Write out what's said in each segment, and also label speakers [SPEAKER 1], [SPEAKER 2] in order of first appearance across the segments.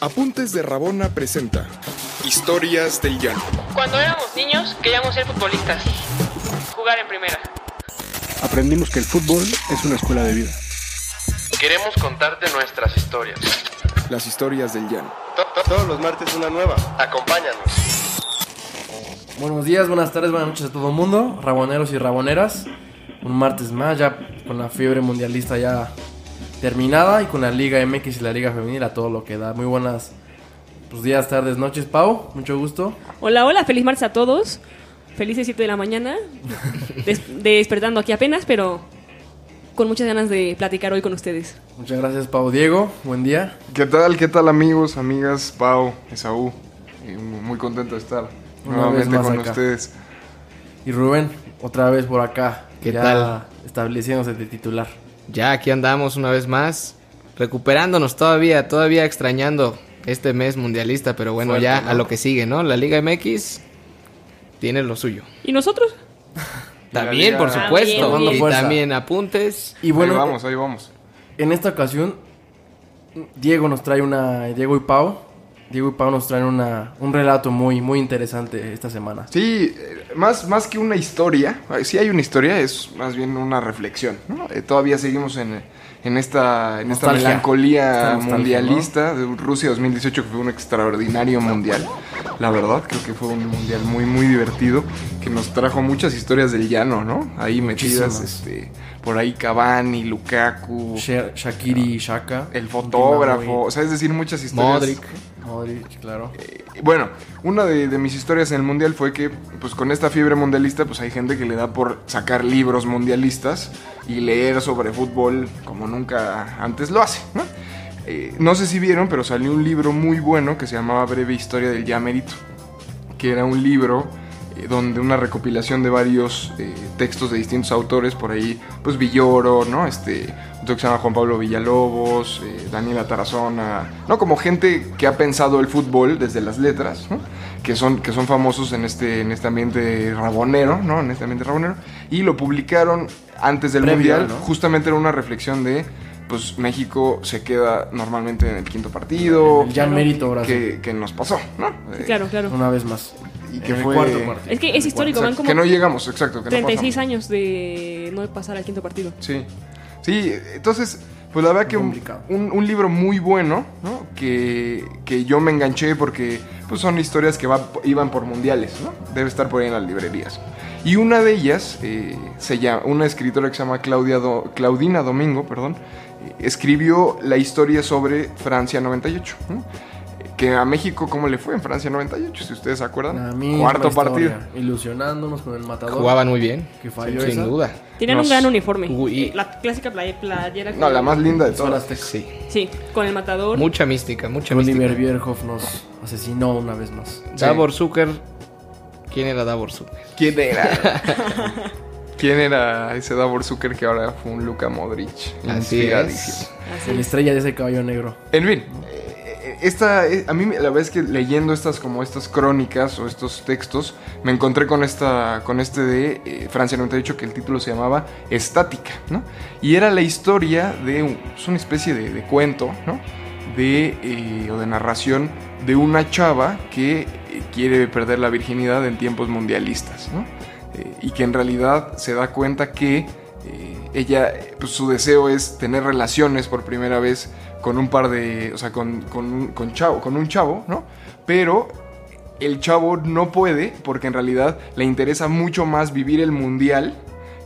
[SPEAKER 1] Apuntes de Rabona presenta Historias del Llano.
[SPEAKER 2] Cuando éramos niños queríamos ser futbolistas, jugar en primera.
[SPEAKER 3] Aprendimos que el fútbol es una escuela de vida.
[SPEAKER 4] Queremos contarte nuestras historias.
[SPEAKER 1] Las historias del Llano.
[SPEAKER 4] Todos los martes una nueva. Acompáñanos.
[SPEAKER 5] Buenos días, buenas tardes, buenas noches a todo el mundo, raboneros y raboneras. Un martes más, ya con la fiebre mundialista ya terminada y con la Liga MX y la Liga Femenil a todo lo que da. Muy buenas pues, días, tardes, noches, Pau. Mucho gusto.
[SPEAKER 6] Hola, hola, feliz martes a todos. Felices 7 de la mañana. Des- despertando aquí apenas, pero con muchas ganas de platicar hoy con ustedes.
[SPEAKER 5] Muchas gracias, Pau Diego. Buen día.
[SPEAKER 7] ¿Qué tal? ¿Qué tal amigos, amigas, Pau, Esaú? Y mu- muy contento de estar
[SPEAKER 5] Una vez
[SPEAKER 7] nuevamente
[SPEAKER 5] más
[SPEAKER 7] con
[SPEAKER 5] acá.
[SPEAKER 7] ustedes.
[SPEAKER 5] Y Rubén, otra vez por acá.
[SPEAKER 8] ¿Qué
[SPEAKER 5] ya
[SPEAKER 8] tal?
[SPEAKER 5] Estableciéndose de titular.
[SPEAKER 8] Ya aquí andamos una vez más, recuperándonos todavía, todavía extrañando este mes mundialista, pero bueno,
[SPEAKER 5] Fuerte,
[SPEAKER 8] ya
[SPEAKER 5] ¿no?
[SPEAKER 8] a lo que sigue, ¿no? La Liga MX tiene lo suyo.
[SPEAKER 6] ¿Y nosotros?
[SPEAKER 8] También, por
[SPEAKER 6] También,
[SPEAKER 8] supuesto,
[SPEAKER 6] bien.
[SPEAKER 8] y
[SPEAKER 5] Fuerza.
[SPEAKER 8] también apuntes.
[SPEAKER 5] Y bueno,
[SPEAKER 7] ahí vamos, ahí vamos.
[SPEAKER 5] en esta ocasión, Diego nos trae una. Diego y Pau. Diego y Pau nos traen una, un relato muy, muy interesante esta semana.
[SPEAKER 7] Sí, eh, más, más que una historia, eh, sí hay una historia, es más bien una reflexión. ¿no? Eh, todavía seguimos en, en esta, en esta
[SPEAKER 5] Nostalgia. Esta
[SPEAKER 7] melancolía
[SPEAKER 5] nostalgia,
[SPEAKER 7] mundialista de Rusia 2018, que fue un extraordinario mundial. La verdad, creo que fue un mundial muy, muy divertido, que nos trajo muchas historias del llano, ¿no? Ahí metidas,
[SPEAKER 5] Muchísimas.
[SPEAKER 7] este, por ahí Cavani, Lukaku.
[SPEAKER 5] Sha- Shakiri y Shaka.
[SPEAKER 7] El fotógrafo, o sea, es decir, muchas historias.
[SPEAKER 8] Modric.
[SPEAKER 5] Modric, claro.
[SPEAKER 7] Eh, Bueno, una de, de mis historias en el mundial fue que, pues con esta fiebre mundialista, pues hay gente que le da por sacar libros mundialistas y leer sobre fútbol como nunca antes lo hace, ¿no? Eh, no sé si vieron, pero salió un libro muy bueno que se llamaba Breve Historia del Yamerito, que era un libro eh, donde una recopilación de varios eh, textos de distintos autores, por ahí, pues Villoro, ¿no? Este, otro que se llama Juan Pablo Villalobos, eh, Daniela Tarazona, ¿no? Como gente que ha pensado el fútbol desde las letras, ¿no? Que son, que son famosos en este, en este ambiente rabonero, ¿no? En este ambiente rabonero. Y lo publicaron antes del
[SPEAKER 5] Previo,
[SPEAKER 7] Mundial,
[SPEAKER 5] ¿no?
[SPEAKER 7] justamente era una reflexión de, pues México se queda normalmente en el quinto partido,
[SPEAKER 5] Ya mérito Brasil.
[SPEAKER 7] que, que nos pasó, ¿no?
[SPEAKER 6] Sí,
[SPEAKER 7] Eh,
[SPEAKER 6] claro, claro.
[SPEAKER 5] Una vez más.
[SPEAKER 7] Y
[SPEAKER 5] En
[SPEAKER 7] que
[SPEAKER 5] el
[SPEAKER 7] fue...
[SPEAKER 5] cuarto partido.
[SPEAKER 6] Es que es histórico, van
[SPEAKER 7] Exacto,
[SPEAKER 6] como
[SPEAKER 7] que no llegamos, exacto. Que
[SPEAKER 6] 36
[SPEAKER 7] no
[SPEAKER 6] años de no pasar al quinto partido.
[SPEAKER 7] pasamos. Sí. Sí, entonces, pues la verdad que un,
[SPEAKER 5] Complicado.
[SPEAKER 7] un- un libro muy bueno, ¿no? Que, que yo me enganché porque pues, son historias que va- iban por mundiales, ¿no? Debe estar por ahí en las librerías. Y una de ellas, eh, se llama, una escritora que se llama Claudia Do- Claudina Domingo, perdón, eh, escribió la historia sobre Francia 98, ¿no? Que a México, ¿cómo le fue en Francia 98? Si ustedes se
[SPEAKER 5] La
[SPEAKER 7] acuerdan.
[SPEAKER 5] misma
[SPEAKER 7] Cuarto
[SPEAKER 5] historia,
[SPEAKER 7] partido.
[SPEAKER 5] Ilusionándonos con el matador.
[SPEAKER 8] Jugaban muy bien,
[SPEAKER 5] Que falló
[SPEAKER 8] sin
[SPEAKER 5] esa.
[SPEAKER 8] duda.
[SPEAKER 6] Tenían
[SPEAKER 7] Nos-
[SPEAKER 6] un gran uniforme.
[SPEAKER 8] Uy.
[SPEAKER 6] Eh, La clásica play- playera.
[SPEAKER 7] No,
[SPEAKER 6] con-
[SPEAKER 7] la más linda de
[SPEAKER 5] Son
[SPEAKER 7] todas.
[SPEAKER 5] las tecas.
[SPEAKER 8] Sí,
[SPEAKER 6] Sí, con el matador.
[SPEAKER 8] mucha mística, mucha
[SPEAKER 5] Oliver
[SPEAKER 8] mística.
[SPEAKER 5] Bierhoff nos asesinó una vez más.
[SPEAKER 8] Davor Zucker, ¿quién era Davor Zucker?
[SPEAKER 7] ¿Quién era? ¿Quién era ese Davor Zucker que ahora fue un Luka Modric?
[SPEAKER 8] Así es.
[SPEAKER 7] Inspiradísimo.
[SPEAKER 6] Así.
[SPEAKER 5] La estrella de ese caballo negro.
[SPEAKER 7] En fin, eh, esta, eh, a mí la verdad es que leyendo estas como estas crónicas o estos textos, me encontré con, esta, con este de eh, Francia 98 que el título se llamaba Estática, ¿no? Y era la historia de un- es una especie de, de cuento, ¿no? De, eh, o de narración de una chava que eh, quiere perder la virginidad en tiempos mundialistas, ¿no? Eh, y que en realidad se da cuenta que eh, ella, eh, pues, su deseo es tener relaciones por primera vez con un par de, o sea, con, con un, con chavo, con un chavo, ¿no? Pero el chavo no puede porque en realidad le interesa mucho más vivir el mundial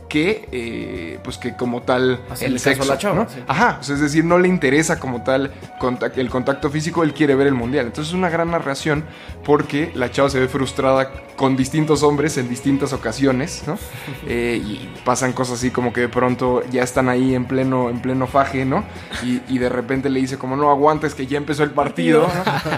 [SPEAKER 7] que, eh, pues que como tal
[SPEAKER 5] Hacerle
[SPEAKER 7] el
[SPEAKER 5] caso a
[SPEAKER 7] sexo,
[SPEAKER 5] la chava,
[SPEAKER 7] ¿no?
[SPEAKER 5] sí.
[SPEAKER 7] Ajá, o sea, es decir, no le interesa como tal contac- el contacto físico, él quiere ver el mundial. Entonces es una gran narración porque la chava se ve frustrada con distintos hombres en distintas ocasiones, ¿no? Eh, y pasan cosas así como que de pronto ya están ahí en pleno, en pleno faje, ¿no? Y, y de repente le dice como no aguantes que ya empezó el partido,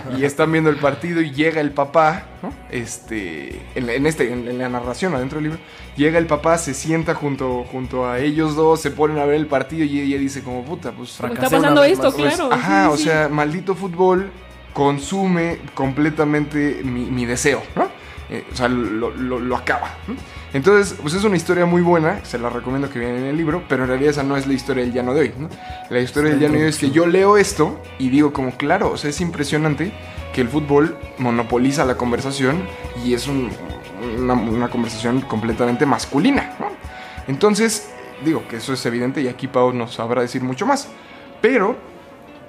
[SPEAKER 7] ¿no? y están viendo el partido y llega el papá, ¿no? Este, en, en este, en, en la narración adentro del libro, llega el papá, se sienta junto, junto a ellos dos, se ponen a ver el partido y ella dice como puta, pues
[SPEAKER 6] Como
[SPEAKER 5] Fracasé
[SPEAKER 6] está
[SPEAKER 5] una
[SPEAKER 6] pasando
[SPEAKER 5] vez
[SPEAKER 6] esto,
[SPEAKER 5] más.
[SPEAKER 7] pues,
[SPEAKER 6] claro.
[SPEAKER 7] ajá,
[SPEAKER 6] sí,
[SPEAKER 7] o
[SPEAKER 6] sí.
[SPEAKER 7] sea, maldito fútbol consume completamente mi, mi deseo, ¿no? Eh, o sea, lo, lo- lo acaba. ¿no? Entonces, pues es una historia muy buena, se la recomiendo que vean en el libro, pero en realidad esa no es la historia del llano de hoy. ¿no? La historia del llano de hoy es que yo leo esto y digo como, claro, o sea, es impresionante que el fútbol monopoliza la conversación y es un- una, una conversación completamente masculina. ¿no? Entonces, digo que eso es evidente y aquí Pau nos sabrá decir mucho más. Pero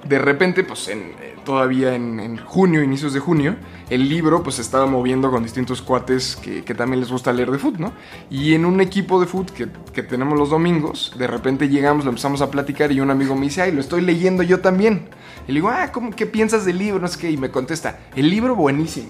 [SPEAKER 7] de repente, pues en, eh, todavía en, en junio, inicios de junio, el libro pues se estaba moviendo con distintos cuates que, que también les gusta leer de fútbol, ¿no? Y en un equipo de fútbol que, que tenemos los domingos, de repente llegamos, lo empezamos a platicar y un amigo me dice, ay, lo estoy leyendo yo también. Y le digo, ah, ¿cómo, ¿qué piensas del libro? No sé qué, y me contesta, el libro buenísimo.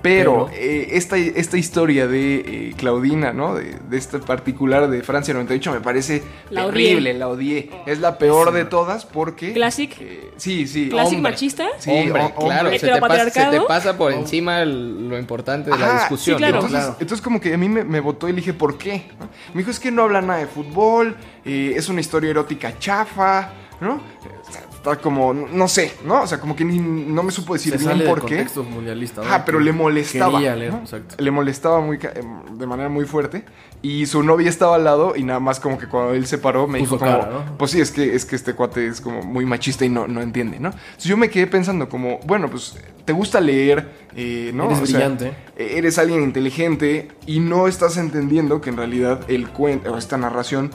[SPEAKER 7] Pero,
[SPEAKER 5] Pero-
[SPEAKER 7] eh, esta, esta historia de eh, Claudina, ¿no? De, de este particular de Francia 98 me parece
[SPEAKER 6] La odié.
[SPEAKER 7] terrible, la odié. Es la peor de todas porque...
[SPEAKER 6] Classic.
[SPEAKER 7] eh, sí, sí.
[SPEAKER 6] Classic
[SPEAKER 8] Hombre.
[SPEAKER 6] machista.
[SPEAKER 7] Sí,
[SPEAKER 8] hombre,
[SPEAKER 7] hom-
[SPEAKER 8] claro,
[SPEAKER 7] hombre.
[SPEAKER 8] se te, pasa, se te
[SPEAKER 6] Heteropatriarcado.
[SPEAKER 8] pasa por encima el- lo importante de la
[SPEAKER 7] Ajá,
[SPEAKER 8] discusión.
[SPEAKER 6] sí, claro.
[SPEAKER 8] ¿no?
[SPEAKER 7] Entonces, entonces como que a mí me, me votó y le dije, ¿por qué? ¿No? Me dijo, es que no habla nada de fútbol, eh, es una historia erótica chafa, ¿no? O sea, Está como, no- no sé, ¿no? O sea, como que ni- no me supo decir
[SPEAKER 5] Se
[SPEAKER 7] bien
[SPEAKER 5] sale del
[SPEAKER 7] por qué.
[SPEAKER 5] contexto mundialista. ¿no?
[SPEAKER 7] Ah, pero le molestaba.
[SPEAKER 5] Quería leer,
[SPEAKER 7] ¿no?
[SPEAKER 5] exacto.
[SPEAKER 7] Le molestaba muy, ca- em, de manera muy fuerte. Y su novia estaba al lado y nada más como que cuando él se paró me
[SPEAKER 5] Puso
[SPEAKER 7] dijo como,
[SPEAKER 5] cara, ¿no?
[SPEAKER 7] pues sí, es que, es que este cuate es como muy machista y no, no entiende, ¿no? Entonces yo me quedé pensando como, bueno, pues te gusta leer, eh, ¿no?
[SPEAKER 5] Eres
[SPEAKER 7] O sea,
[SPEAKER 5] brillante.
[SPEAKER 7] eres alguien inteligente y no estás entendiendo que en realidad el cuento o esta narración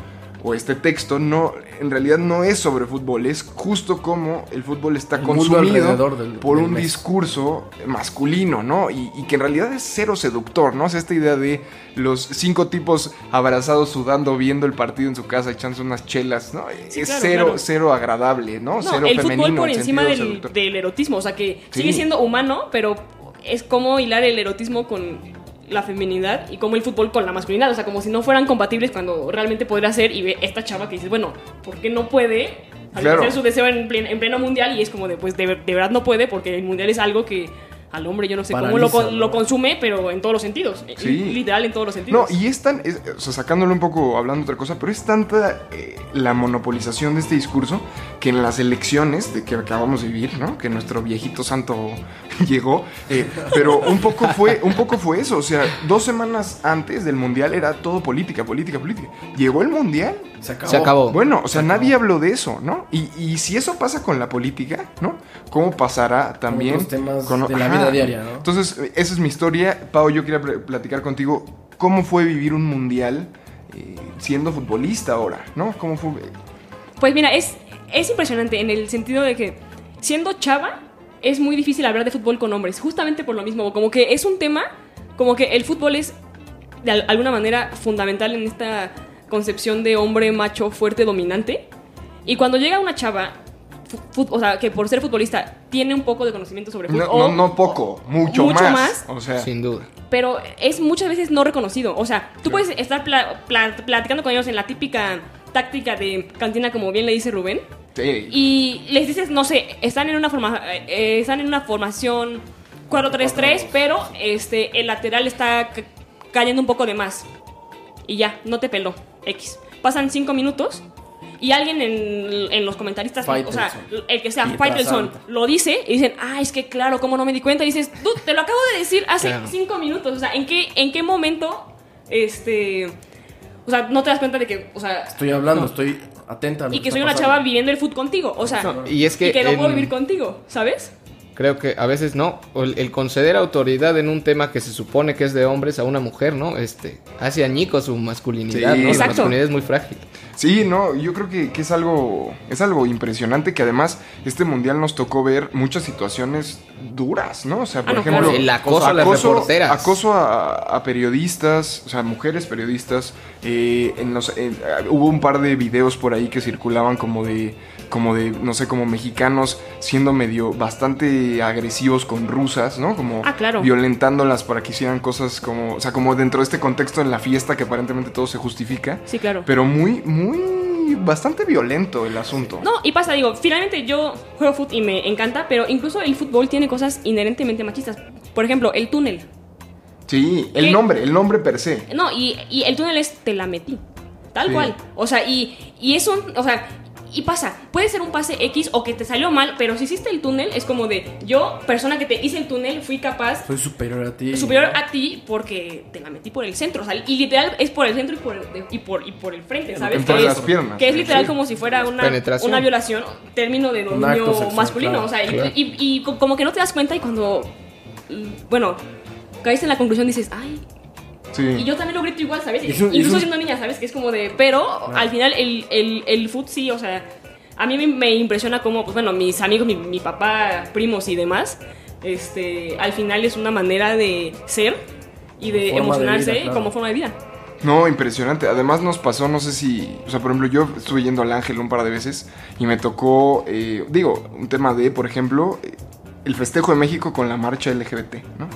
[SPEAKER 7] o este texto no en realidad no es sobre fútbol, es justo como el fútbol está
[SPEAKER 5] El mundo
[SPEAKER 7] consumido
[SPEAKER 5] alrededor del-
[SPEAKER 7] por
[SPEAKER 5] del
[SPEAKER 7] un
[SPEAKER 5] mes.
[SPEAKER 7] discurso masculino, ¿no? Y, y que en realidad es cero seductor, ¿no? O sea, esta idea de los cinco tipos abrazados sudando viendo el partido en su casa echándose unas chelas, ¿no?
[SPEAKER 6] Sí,
[SPEAKER 7] es
[SPEAKER 6] claro,
[SPEAKER 7] cero
[SPEAKER 6] claro.
[SPEAKER 7] cero agradable, ¿no?
[SPEAKER 6] No,
[SPEAKER 7] cero
[SPEAKER 6] el
[SPEAKER 7] femenino
[SPEAKER 6] fútbol por
[SPEAKER 7] en
[SPEAKER 6] encima
[SPEAKER 7] sentido
[SPEAKER 6] del,
[SPEAKER 7] seductor.
[SPEAKER 6] del erotismo. O sea, que
[SPEAKER 7] Sí.
[SPEAKER 6] sigue siendo humano, pero es como hilar el erotismo con la feminidad y como el fútbol con la masculinidad. O sea, como si no fueran compatibles cuando realmente podría ser. Y ve esta chava que dices, bueno, ¿por qué no puede?
[SPEAKER 7] Claro.
[SPEAKER 6] hacer su deseo en pleno, en pleno mundial y es como de, pues de, ver- de verdad no puede porque el mundial es algo que al hombre yo no sé cómo lo,
[SPEAKER 5] Paraliza,
[SPEAKER 6] con-
[SPEAKER 5] ¿no?
[SPEAKER 6] lo consume, pero en todos los sentidos.
[SPEAKER 7] Sí.
[SPEAKER 6] Li- Literal en todos los sentidos.
[SPEAKER 7] No, y es tan, es- o sea, sacándolo un poco, hablando otra cosa, pero es tanta eh, la monopolización de este discurso que en las elecciones de que acabamos de vivir, ¿no? Que nuestro viejito santo llegó, eh, pero un poco fue, un poco fue eso, o sea, dos semanas antes del mundial era todo política, política, política. Llegó el mundial
[SPEAKER 5] Se acabó.
[SPEAKER 8] Se acabó.
[SPEAKER 7] bueno, o sea, nadie habló de eso, ¿no? Y, y si eso pasa con la política, ¿no? ¿Cómo pasará también
[SPEAKER 5] otros temas de la vida diaria, ¿no?
[SPEAKER 7] Entonces, eh, esa es mi historia. Pau, yo quería pl- platicar contigo cómo fue vivir un mundial eh, siendo futbolista ahora, ¿no? ¿Cómo fue?
[SPEAKER 6] Pues mira, es, es impresionante en el sentido de que siendo chava es muy difícil hablar de fútbol con hombres, justamente por lo mismo, como que es un tema, como que el fútbol es de al- alguna manera fundamental en esta concepción de hombre macho fuerte dominante. Y cuando llega una chava, fu- fu- o sea, que por ser futbolista tiene un poco de conocimiento sobre
[SPEAKER 7] No,
[SPEAKER 6] fútbol,
[SPEAKER 7] no, no poco, mucho,
[SPEAKER 6] oh, mucho
[SPEAKER 7] más.
[SPEAKER 6] más.
[SPEAKER 7] O sea,
[SPEAKER 8] Sin duda.
[SPEAKER 6] pero es muchas veces no reconocido. O sea, tú puedes estar pla- pla- platicando con ellos en la típica táctica de cantina, como bien le dice Rubén,
[SPEAKER 7] sí.
[SPEAKER 6] y les dices, no sé, están en una, forma, eh, están en una formación 4-3-3, pero este, el lateral está ca- cayendo un poco de más. Y ya, no te peló. X. Pasan 5 minutos y alguien en, en los comentaristas, o sea,
[SPEAKER 5] Faitelson.
[SPEAKER 6] el que sea,
[SPEAKER 5] Pietra
[SPEAKER 6] Faitelson,
[SPEAKER 5] Santa.
[SPEAKER 6] lo dice y dicen, ah, es que claro, como no me di cuenta. Y dices, tú, te lo acabo de decir hace
[SPEAKER 8] Claro.
[SPEAKER 6] 5 minutos. O sea, ¿en qué, ¿en qué momento, este, o sea, no te das cuenta de que, o sea,
[SPEAKER 5] Estoy hablando, estoy atenta. a lo
[SPEAKER 6] y que
[SPEAKER 5] está
[SPEAKER 6] soy una
[SPEAKER 5] pasando.
[SPEAKER 6] chava viviendo el food contigo. O sea,
[SPEAKER 8] Y es que,
[SPEAKER 6] y que no puedo
[SPEAKER 8] en-
[SPEAKER 6] vivir contigo, ¿sabes?
[SPEAKER 8] Creo que a veces no. O El, el conceder autoridad en un tema que se supone que es de hombres a una mujer, ¿no? Este, hace añico su masculinidad,
[SPEAKER 7] Sí.
[SPEAKER 8] ¿no?
[SPEAKER 6] Exacto.
[SPEAKER 8] La masculinidad es muy frágil.
[SPEAKER 7] Sí, no, yo creo que, que es algo es algo impresionante que además este mundial nos tocó ver muchas situaciones duras, ¿no? O sea, por
[SPEAKER 6] no,
[SPEAKER 7] ejemplo, pues,
[SPEAKER 6] claro.
[SPEAKER 8] Ah, El acoso a las reporteras.
[SPEAKER 7] acoso a, a periodistas, o sea, mujeres periodistas. eh, en los- en- ah, hubo un par de videos por ahí que circulaban como de como de no sé, como mexicanos siendo medio bastante agresivos con rusas, ¿no? Como
[SPEAKER 6] Ah, claro.
[SPEAKER 7] violentándolas para que hicieran cosas como, o sea, como dentro de este contexto en la fiesta que aparentemente todo se justifica.
[SPEAKER 6] Sí, claro.
[SPEAKER 7] Pero muy, muy, bastante violento el asunto.
[SPEAKER 6] No, y pasa, digo, finalmente yo juego foot y me encanta, pero incluso el fútbol tiene cosas inherentemente machistas. Por ejemplo, el túnel.
[SPEAKER 7] Sí, el
[SPEAKER 6] ¿Qué?
[SPEAKER 7] nombre, el nombre per se.
[SPEAKER 6] No, y, y el túnel es te la metí. Tal
[SPEAKER 7] Sí.
[SPEAKER 6] cual. O sea, y, y es un. O sea, y pasa. Puede ser un pase X o que te salió mal, pero si hiciste el túnel, es como de yo, persona que te hice el túnel, fui capaz
[SPEAKER 5] Soy superior a ti.
[SPEAKER 6] Eh, superior a ti porque te la metí por el centro. O sea, y literal es por el centro y por el, de- y por, y por el frente, ¿sabes?
[SPEAKER 7] Entre
[SPEAKER 6] Que
[SPEAKER 7] las
[SPEAKER 6] es-
[SPEAKER 7] piernas.
[SPEAKER 6] Que es literal como si fuera una,
[SPEAKER 8] Penetración.
[SPEAKER 6] una violación, término de
[SPEAKER 5] Un acto
[SPEAKER 6] dominio
[SPEAKER 5] sexual,
[SPEAKER 6] masculino.
[SPEAKER 5] claro,
[SPEAKER 6] o sea, y-
[SPEAKER 8] claro.
[SPEAKER 6] y, y co- como que no te das cuenta y cuando, mm, bueno, caíste en la conclusión dices, ay,
[SPEAKER 7] Sí.
[SPEAKER 6] y yo también lo grito igual, ¿sabes?
[SPEAKER 5] Es un- es
[SPEAKER 6] Incluso
[SPEAKER 5] un-
[SPEAKER 6] siendo niña, ¿sabes? Que es como de. Pero al final el, el, el food sí, o sea. A mí me, me impresiona cómo, pues bueno, mis amigos, mi, mi papá, primos y demás, este, al final es una manera de ser y de
[SPEAKER 5] Forma de
[SPEAKER 6] emocionarse
[SPEAKER 5] vida, claro.
[SPEAKER 6] como forma de vida.
[SPEAKER 7] No, impresionante. Además nos pasó, no sé si, o sea, por ejemplo, yo estuve yendo al Ángel un par de veces y me tocó, eh, digo, un tema de, por ejemplo, eh, el festejo de México con la marcha LGBT, ¿no?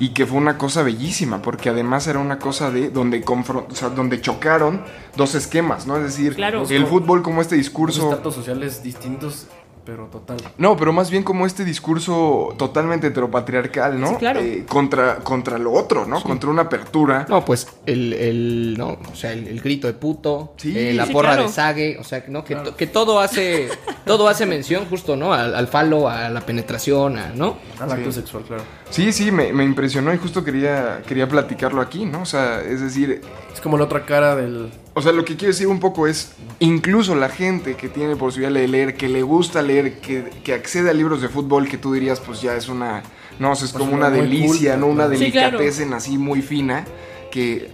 [SPEAKER 7] Y que fue una cosa bellísima, porque además era una cosa de donde, confron- o sea, donde chocaron dos esquemas, ¿no? Es decir,
[SPEAKER 6] Claro.
[SPEAKER 7] el fútbol como este
[SPEAKER 5] Unos
[SPEAKER 7] discurso...
[SPEAKER 5] estratos sociales distintos, pero total.
[SPEAKER 7] No, pero más bien como este discurso totalmente heteropatriarcal, ¿no?
[SPEAKER 6] Sí, claro.
[SPEAKER 7] Eh, contra, contra lo otro, ¿no? Contra una apertura.
[SPEAKER 8] No, pues el, el- no, o sea, el, el grito de puto,
[SPEAKER 7] Sí,
[SPEAKER 8] eh, la
[SPEAKER 6] sí,
[SPEAKER 8] porra
[SPEAKER 6] claro.
[SPEAKER 8] de sague, o sea, ¿no? que, to- que todo hace todo hace mención justo, ¿no? Al, al falo, a la penetración, a, ¿no?
[SPEAKER 5] Al acto sexual, claro.
[SPEAKER 7] Sí, sí, me, me impresionó y justo quería, quería platicarlo aquí, ¿no? O sea, es decir,
[SPEAKER 5] Es como la otra cara del.
[SPEAKER 7] o sea, lo que quiero decir un poco es, incluso la gente que tiene posibilidad de leer, que le gusta leer, que, que accede a libros de fútbol, que tú dirías, pues ya es una, no, o sea, es
[SPEAKER 5] Pues
[SPEAKER 7] como
[SPEAKER 5] una
[SPEAKER 7] una
[SPEAKER 5] muy
[SPEAKER 7] delicia,
[SPEAKER 5] culta,
[SPEAKER 7] ¿no? Una
[SPEAKER 5] claro.
[SPEAKER 6] Sí, claro.
[SPEAKER 7] delicatecen así muy fina, que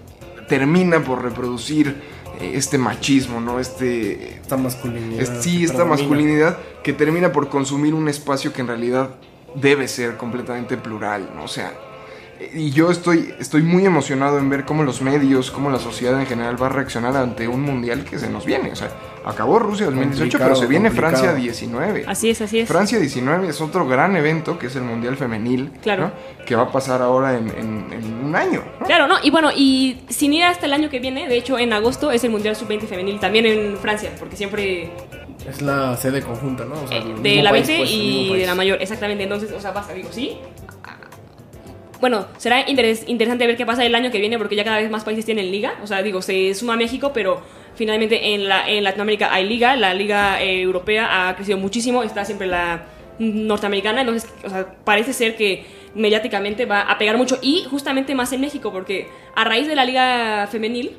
[SPEAKER 7] termina por reproducir eh, este machismo, ¿no? Este,
[SPEAKER 5] Esta masculinidad.
[SPEAKER 7] es- sí,
[SPEAKER 5] que
[SPEAKER 7] esta
[SPEAKER 5] Ah, predomina.
[SPEAKER 7] masculinidad que termina por consumir un espacio que en realidad debe ser completamente plural, ¿no? O sea, y yo estoy, estoy muy emocionado en ver cómo los medios, cómo la sociedad en general va a reaccionar ante un mundial que se nos viene. O sea, acabó Rusia 2018, pero se
[SPEAKER 5] Complicado,
[SPEAKER 7] viene
[SPEAKER 5] complicado.
[SPEAKER 7] Francia 19.
[SPEAKER 6] Así es, así es.
[SPEAKER 7] Francia 19 es otro gran evento que es el Mundial Femenil,
[SPEAKER 6] Claro.
[SPEAKER 7] ¿no? que va a pasar ahora en, en- en un año. ¿no?
[SPEAKER 6] Claro, ¿no? Y bueno, y sin ir hasta el año que viene, de hecho en agosto es el Mundial Sub-20 femenil, también en Francia, porque siempre
[SPEAKER 5] Es la sede conjunta, ¿no? O sea,
[SPEAKER 6] Eh,
[SPEAKER 5] el
[SPEAKER 6] de
[SPEAKER 5] mismo
[SPEAKER 6] la
[SPEAKER 5] país,
[SPEAKER 6] 20
[SPEAKER 5] pues, el mismo
[SPEAKER 6] y de
[SPEAKER 5] país.
[SPEAKER 6] la mayor, exactamente. Entonces, o sea, pasa, digo, sí. Bueno, será interes- interesante ver qué pasa el año que viene porque ya cada vez más países tienen liga. O sea, digo, se suma México, pero finalmente en, la, en Latinoamérica hay liga. La liga eh, europea ha crecido muchísimo, está siempre la norteamericana. Entonces, o sea, parece ser que mediáticamente va a pegar mucho y justamente más en México porque a raíz de la liga femenil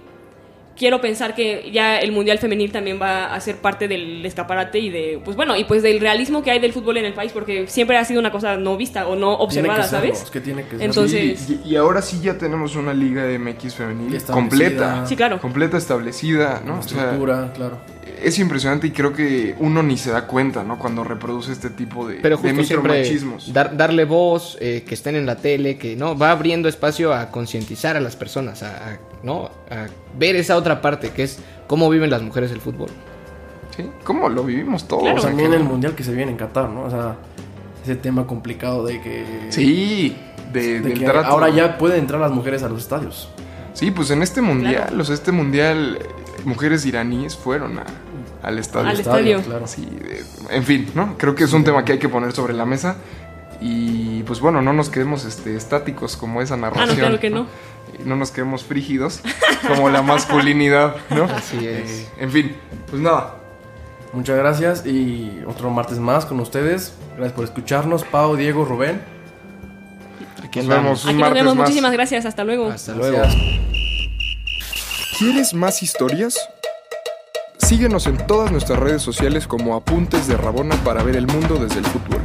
[SPEAKER 6] quiero pensar que ya el mundial femenil también va a ser parte del escaparate y de pues bueno y pues del realismo que hay del fútbol en el país porque siempre ha sido una cosa no vista o no
[SPEAKER 5] Tiene que
[SPEAKER 6] observada
[SPEAKER 5] serlo,
[SPEAKER 6] sabes
[SPEAKER 5] Es que tiene que ser.
[SPEAKER 6] Entonces-
[SPEAKER 7] Sí, y, y ahora sí ya tenemos una liga MX femenil
[SPEAKER 5] Establecida.
[SPEAKER 7] completa.
[SPEAKER 6] Sí, claro.
[SPEAKER 7] Completa, establecida, ¿no?
[SPEAKER 5] la
[SPEAKER 7] O sea,
[SPEAKER 5] estructura, claro.
[SPEAKER 7] es impresionante y creo que uno ni se da cuenta, ¿no? Cuando reproduce este tipo de,
[SPEAKER 8] Pero
[SPEAKER 7] de
[SPEAKER 8] justo siempre
[SPEAKER 7] micromachismos.
[SPEAKER 8] dar- darle voz, eh, que estén en la tele, que no, va abriendo espacio a concientizar a las personas, a, a- ¿no? A ver esa otra parte que es cómo viven las mujeres el fútbol.
[SPEAKER 7] ¿Sí? ¿Cómo lo vivimos todos?
[SPEAKER 5] O
[SPEAKER 7] O sea,
[SPEAKER 5] también
[SPEAKER 7] que-
[SPEAKER 5] el mundial que se viene en Qatar, ¿no? O sea, ese tema complicado de que.
[SPEAKER 7] Sí, de,
[SPEAKER 5] de
[SPEAKER 7] del
[SPEAKER 5] que
[SPEAKER 7] trato.
[SPEAKER 5] ahora ya pueden entrar las mujeres a los estadios.
[SPEAKER 7] Sí, pues en este mundial,
[SPEAKER 6] Claro.
[SPEAKER 7] o sea, este mundial, eh, mujeres iraníes fueron a- al estadio.
[SPEAKER 6] Al estadio.
[SPEAKER 5] Claro.
[SPEAKER 7] Sí, eh, en fin, ¿no? Creo que es un tema que hay que poner sobre la mesa. Y pues bueno, no nos quedemos este, estáticos como esa
[SPEAKER 6] ah
[SPEAKER 7] narración.
[SPEAKER 6] no claro que no
[SPEAKER 7] Y no nos quedemos frígidos como la masculinidad, ¿no?
[SPEAKER 8] Así es.
[SPEAKER 7] Eh, en fin, pues nada.
[SPEAKER 5] Muchas gracias y otro martes más con ustedes. Gracias por escucharnos, Pau, Diego, Rubén.
[SPEAKER 7] Nos vemos un
[SPEAKER 6] aquí nos
[SPEAKER 7] martes
[SPEAKER 6] vemos
[SPEAKER 7] más.
[SPEAKER 6] muchísimas gracias hasta luego
[SPEAKER 8] Hasta
[SPEAKER 5] Luego.
[SPEAKER 8] luego.
[SPEAKER 1] ¿Quieres más historias? Síguenos en todas nuestras redes sociales como Apuntes de Rabona para ver el mundo desde el fútbol.